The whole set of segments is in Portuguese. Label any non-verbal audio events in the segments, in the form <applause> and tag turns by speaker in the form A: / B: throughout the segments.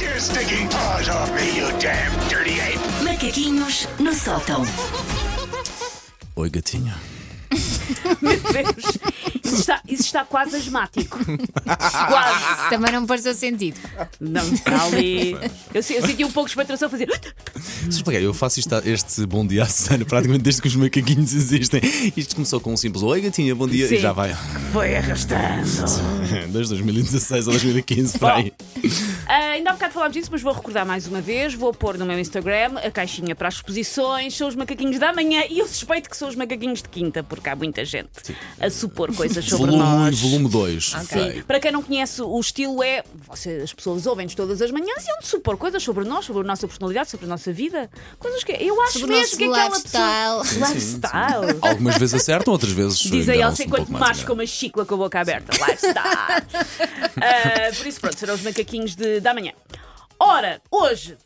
A: your stinking paws off me, you damn dirty ape!
B: Macaquinhos no sótão.
C: Oi, gatinha.
D: Isso está, isso está quase asmático. quase.
E: Também não me pareceu sentido.
D: Não, está ali. Eu, se- eu senti um pouco de espantração fazer.
C: Sabes porquê? Eu faço isto- este bom dia à Susana praticamente desde que os macaquinhos existem. Isto começou com um simples Oi, gatinha, bom dia e
D: Sim.
C: já vai. <laughs>
D: Foi arrastando.
C: Desde 2016 a 2015, para aí.
D: Ah, ainda há bocado falámos disso, mas vou recordar mais uma vez. Vou pôr no meu Instagram a caixinha para as exposições. São os macaquinhos da manhã e eu suspeito que são os macaquinhos de quinta, porque há muita gente a supor coisas sobre
C: Volume 1 e
D: nós.
C: volume 2.
D: Sim. Para quem não conhece, o estilo é. Você, as pessoas ouvem-nos todas as manhãs e onde supor coisas sobre nós, sobre a nossa personalidade, sobre a nossa vida. Coisas que. Eu acho
E: Sobre o
D: mesmo
E: nosso
D: que aquela pessoa.
E: lifestyle.
D: Lifestyle.
C: Algumas vezes acertam, outras vezes.
D: <laughs> Diz a
C: enganam-se
D: Elsa
C: um
D: enquanto
C: pouco
D: mais
C: enganam.
D: com uma chicla com a boca aberta. Lifestyle.
C: <laughs>
D: Ah, por isso, pronto, serão os macaquinhos de, da manhã. Ora, hoje,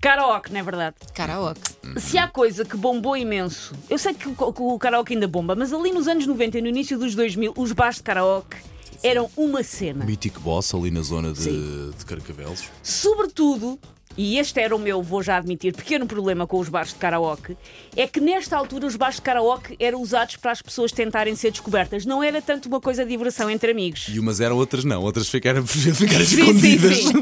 D: karaoke, não é verdade?
E: Karaoke.
D: Se há coisa que bombou imenso, eu sei que o, que o karaoke ainda bomba, mas ali nos anos 90 e no início dos 2000, os bares de karaoke eram uma cena.
C: Mítico Boss ali na zona de, de Carcavelos.
D: Sobretudo, e este era o meu, vou já admitir, pequeno problema com os bares de karaoke, é que nesta altura os bares de karaoke eram usados para as pessoas tentarem ser descobertas. Não era tanto uma coisa de diversão entre amigos.
C: E umas eram, outras não. Outras ficaram, <laughs> ficaram
D: Sim, sim,
C: escondidas.
D: sim.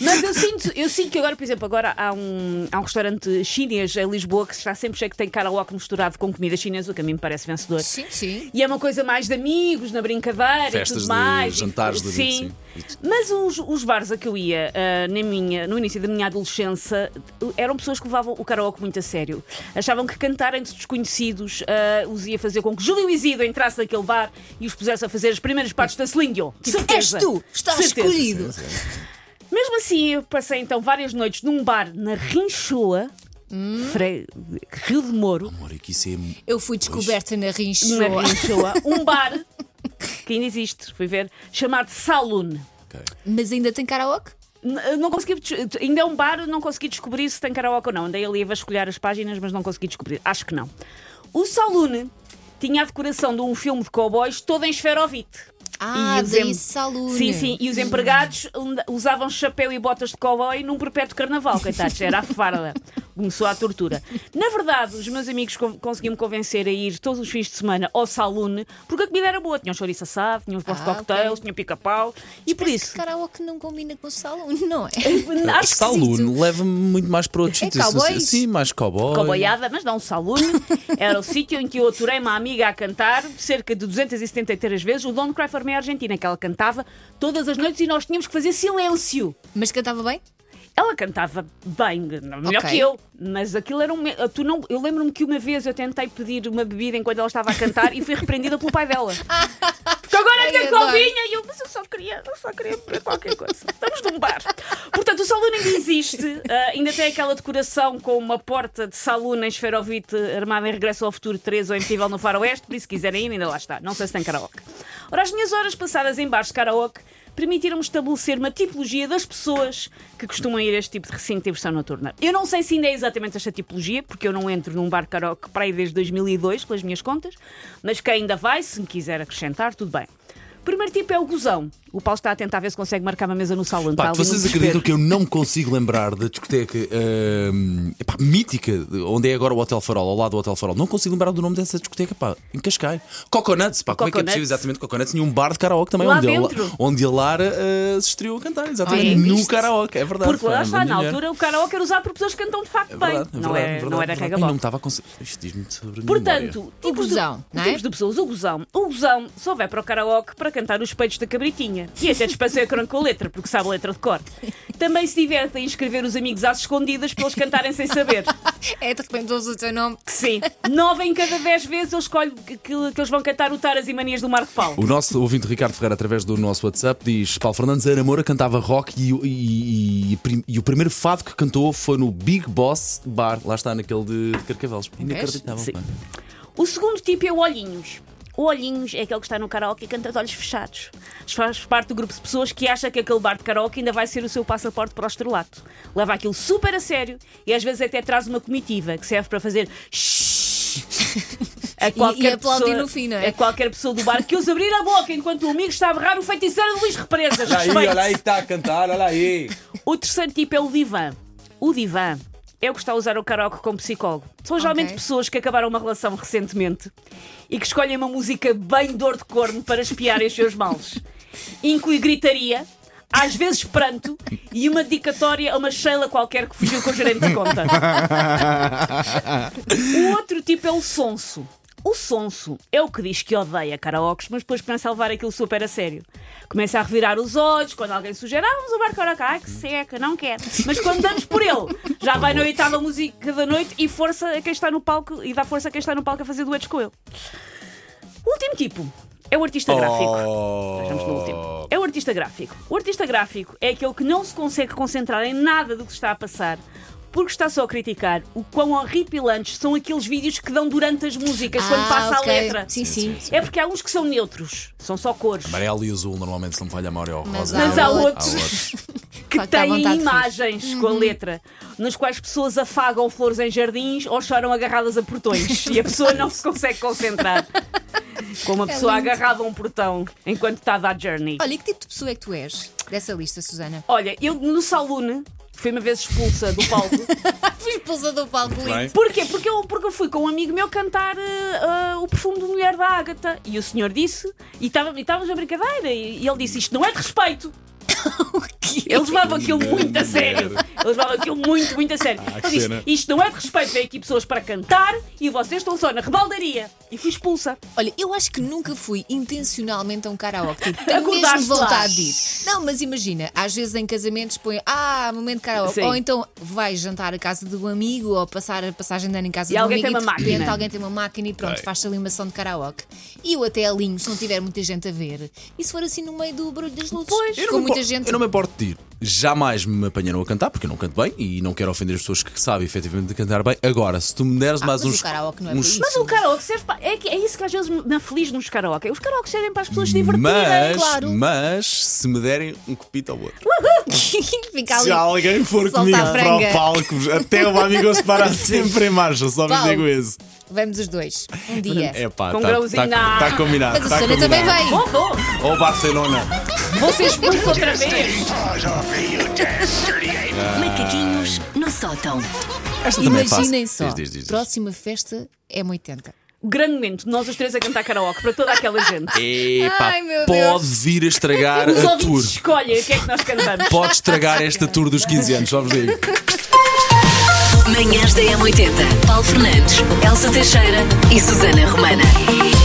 D: Mas eu sinto, eu sinto que agora, por exemplo, agora há um, há um restaurante chinês em Lisboa que está sempre cheio que tem karaoke misturado com comida chinesa, o que a mim me parece vencedor.
E: Sim, sim.
D: E é uma coisa mais de amigos, na brincadeira e
C: Festas
D: tudo
C: de
D: mais.
C: jantares de amigos,
D: sim.
C: sim.
D: Mas os, os bares a que eu ia ah, na minha, no início da minha adolescência eram pessoas que levavam o karaoke muito a sério. Achavam que cantar entre desconhecidos ah, os ia fazer com que Júlio Isidro entrasse naquele bar e os pusesse a fazer as primeiras partes da Celine Dion.
E: Tipo,
D: Certeza. Certeza. Mesmo assim, eu passei então várias noites num bar na Rinchoa, Fre- Rio de Moro.
C: <laughs> Amor, é que isso é.
E: Eu fui descoberta na
D: na
E: Rinchoa.
D: Rinchoa, um bar que ainda existe, fui ver, chamado Saloon.
C: Ok.
E: Mas ainda tem karaoke?
D: N- Não consegui, des- ainda é um bar, não consegui descobrir se tem karaoke ou não. Andei ali a vasculhar as páginas, mas não consegui descobrir. Acho que não. O Saloon tinha a decoração de um filme de cowboys todo em esferovite.
E: Ah,
D: os
E: daí
D: em-
E: Saloon.
D: Sim, sim. E os
E: Hum.
D: empregados anda- usavam chapéu e botas de cowboy num perpétuo carnaval, coitados. Era a
E: <laughs>
D: farda. Começou a tortura. Na verdade, os meus amigos con- conseguiam-me convencer a ir todos os fins de semana ao saloon, porque a comida era boa. Tinha um chouriço assado, tinha uns bons
E: Ah,
D: cocktails,
E: ok.
D: tinha pica-pau. E por
E: Parece que
D: isso...
E: Karaoke não combina com o Saloon, não é?
D: <laughs> Acho que sim.
C: Saloon leva-me muito mais para outros
E: É
C: sítios.
E: cowboys?
C: Sim, mais cowboy.
D: Coboiada, mas não um saloon. Era o sítio em que eu aturei uma amiga a cantar cerca de 273 vezes o Don't Cry For Me Argentina, que ela cantava todas as noites e nós tínhamos que fazer silêncio.
E: Mas cantava bem?
D: Ela cantava bem, melhor
E: Ok.
D: que eu, mas aquilo era um. me- Tu não, eu lembro-me que uma vez eu tentei pedir uma bebida enquanto ela estava a cantar e fui repreendida pelo pai
E: <laughs>
D: dela. Porque agora
E: Ai,
D: tem
E: adoro.
D: covinha e eu, mas eu só queria, eu só queria beber qualquer coisa. Estamos num bar. Portanto, o saloon ainda existe, ah, ainda tem aquela decoração com uma porta de saloon em esferovite armada em Regresso ao Futuro 3 ou Impossível no Faroeste, por isso se quiserem ir, ainda lá está. Não sei se tem karaoke. Ora, as minhas horas passadas em bares de karaoke permitiram-me estabelecer uma tipologia das pessoas que costumam ir a este tipo de recinto de diversão noturna. Eu não sei se ainda é exatamente esta tipologia, porque eu não entro num bar karaoke para aí desde 2002, pelas minhas contas, mas quem ainda vai, se me quiser acrescentar, tudo bem. Primeiro tipo é o gozão. O Paulo está a tentar ver se consegue marcar uma mesa no salão.
C: Pá, que
D: está ali no
C: vocês
D: um desespero.
C: acreditam que eu não consigo lembrar da discoteca ahm, epá, mítica, de- onde é agora o Hotel Farol, ao lado do Hotel Farol? Não consigo lembrar do nome dessa discoteca, pá, em Cascais. Coconuts, pá, como é que é
D: Coconuts.
C: possível exatamente Coconuts? Tinha um bar de karaoke também,
D: Lá
C: onde, a,
D: dentro.
C: onde a Lara ah, se estreou a cantar, exatamente,
E: Olha,
C: no
E: viste?
C: karaoke, é verdade.
D: Porque lá
C: pá,
D: está,
C: uma
D: na
C: mulher.
D: altura, o karaoke era usado por pessoas que cantam de facto
C: É
D: bem.
C: verdade, é
D: não,
C: verdade,
D: é,
C: é verdade,
D: não
C: é
D: era
C: verdade.
D: regra
C: Eu não
D: bola.
C: me estava a conseguir. Isto diz-me sobre a minha memória.
D: Portanto, tipos,
E: gozão,
D: de,
E: não é?
D: tipos de pessoas. O gozão. O gozão só vai para o karaoke para cantar os peitos da cabritinha. E até despacei a crônica com a letra, porque sabe a letra de cor. Também se diverte em escrever os amigos às escondidas para eles cantarem sem saber.
E: É, de repente ouves o teu nome.
D: Sim. Nove em cada dez vezes eu escolho que, que- que eles vão cantar o Taras e Manias do Marco Paulo.
C: O nosso ouvinte Ricardo Ferreira, através do nosso WhatsApp, diz: Paulo Fernandes era Moura, cantava rock e, o- e- e- e- e o primeiro fado que cantou foi no Big Boss Bar, lá está, naquele de, de Carcavelos. Inacreditável.
D: Sim.
C: pá.
D: O segundo tipo é o Olhinhos. O Olhinhos é aquele que está no karaoke e canta de olhos fechados. Faz parte do grupo de pessoas que acha que aquele bar de karaoke ainda vai ser o seu passaporte para o estrelato. Leva aquilo super a sério e às vezes até traz uma comitiva que serve para fazer shhh a
E: <laughs> e aplaudir no fim, não é?
D: A qualquer pessoa do bar que os
E: Tá
D: abrir a boca enquanto o amigo está a berrar o feiticeiro de Luís Represas.
C: Olha aí,
D: Respeito.
C: olha aí que está a cantar, olha aí.
D: O terceiro tipo é o divã. O divã é o que está a usar o karaoke como psicólogo. São geralmente
E: Ok.
D: pessoas que acabaram uma relação recentemente e que escolhem uma música bem dor de corno para espiarem os seus males. Inclui gritaria, às vezes pranto e uma dedicatória a uma Sheila qualquer que fugiu com o gerente de conta. O outro tipo é o sonso. O sonso é o que diz que odeia karaokes, mas depois começa a levar aquilo super a sério. Começa a revirar os olhos quando alguém sugere, ah, vamos levar karaoke, ah, que seca, não quer. Mas quando damos por ele, já vai na oitava música da noite e força a quem está no palco e dá força a quem está no palco a fazer duetos com ele. O último tipo é o artista gráfico.
C: Oh.
D: Nós vamos no último. É o artista gráfico. O artista gráfico é aquele que não se consegue concentrar em nada do que está a passar. Porque está só a criticar o quão horripilantes são aqueles vídeos que dão durante as músicas quando passa
E: Ah, ok.
D: a letra.
E: Sim, sim.
D: É porque há uns que são neutros, são só cores,
C: Amarelo e azul normalmente se não me falha a memória ou
E: Mas
C: rosa.
E: há
D: Mas há outros. <laughs> que
E: Claro que há
D: têm
E: vontade de Uhum. rir.
D: imagens com a letra, nas quais pessoas afagam flores em jardins ou choram agarradas a portões e a pessoa não se consegue
E: <laughs>
D: concentrar. Com uma pessoa
E: É lindo.
D: agarrada a um portão enquanto está a dar journey.
E: Olha, e que tipo de pessoa é que tu és dessa lista, Susana?
D: Olha, eu no Salune fui uma vez expulsa
C: <laughs>
D: do palco.
E: Fui expulsa do palco lindo.
D: Porquê? Porque eu, porque eu fui com um amigo meu cantar ah, ah, o perfume do Mulher da Ágata. E o senhor disse, e estava- e estávamos a brincadeira, e, e ele disse: Isto não é de respeito. Ele levava aquilo muito a sério. Ele levava aquilo muito, muito a sério.
C: Ah, que
D: Ele disse:
C: cena.
D: Isto não é de respeito. Vem aqui pessoas para cantar e vocês estão só na rebaldaria. E fui expulsa.
E: Olha, eu acho que nunca fui intencionalmente a um
D: <laughs>
E: karaoke. Tipo, tenho
D: Acordaste
E: mesmo vontade
D: lá.
E: de ir. Não, mas imagina, às vezes em casamentos põem ah, momento de karaoke.
D: Sim.
E: Ou então vais jantar à casa do amigo ou passar a passagem de ano em casa
D: E
E: do
D: alguém
E: amigo
D: tem
E: e
D: uma
E: de repente
D: máquina.
E: alguém tem uma máquina e pronto,
C: Ok.
E: faz-te ali uma sessão de karaoke. E eu até alinho, se não tiver muita gente a ver. E se for assim no meio do barulho das luzes,
D: Pois.
E: com muita gente.
C: Eu
E: <laughs>
C: não me importo de ir. Jamais me apanharam a cantar, porque eu não canto bem e não quero ofender as pessoas que sabem efetivamente cantar bem. Agora, se tu me deres
E: Ah,
C: mais
E: mas o
C: uns.
E: karaoke não é para
C: uns
E: isso.
D: Mas o karaoke serve para. É, que- é isso que às vezes me aflige nos karaoke. Os karaoke servem para as pessoas se divertirem.
C: mas,
E: é claro.
C: mas se me derem um copito ao outro.
E: Fica ali.
F: Se alguém for
E: Solta
F: comigo
E: a
F: para
E: franga.
F: o palco, até o amigo se
E: <laughs>
F: para sempre em marcha, só vos
E: Paulo.
F: digo isso.
E: Vamos os dois. Um dia.
F: É pá,
D: Com
F: tá,
D: grãozinho
F: tá,
D: na-
F: tá combinado.
E: Mas a
F: tá
E: Susana também
F: combinado.
E: vem.
D: Vou, vou.
C: Ou Barcelona.
D: Vou ser expulsa outra vez.
A: Take paws off me, you damn dirty ape!
B: Macaquinhos no sótão.
C: Esta também é fácil.
E: Imaginem só.
C: Diz, diz, diz, diz.
E: Próxima festa é 80.
D: grande momento, nós os três a cantar karaoke para toda aquela gente.
C: Epá,
E: Ai, meu
C: pode vir a estragar
D: Os
C: a tour.
D: ouvintes escolhem o que é que nós cantamos.
C: Pode estragar esta tour dos 15 anos, só vos digo.
B: Manhãs da M80. Paulo Fernandes, Elsa Teixeira e Susana Romana.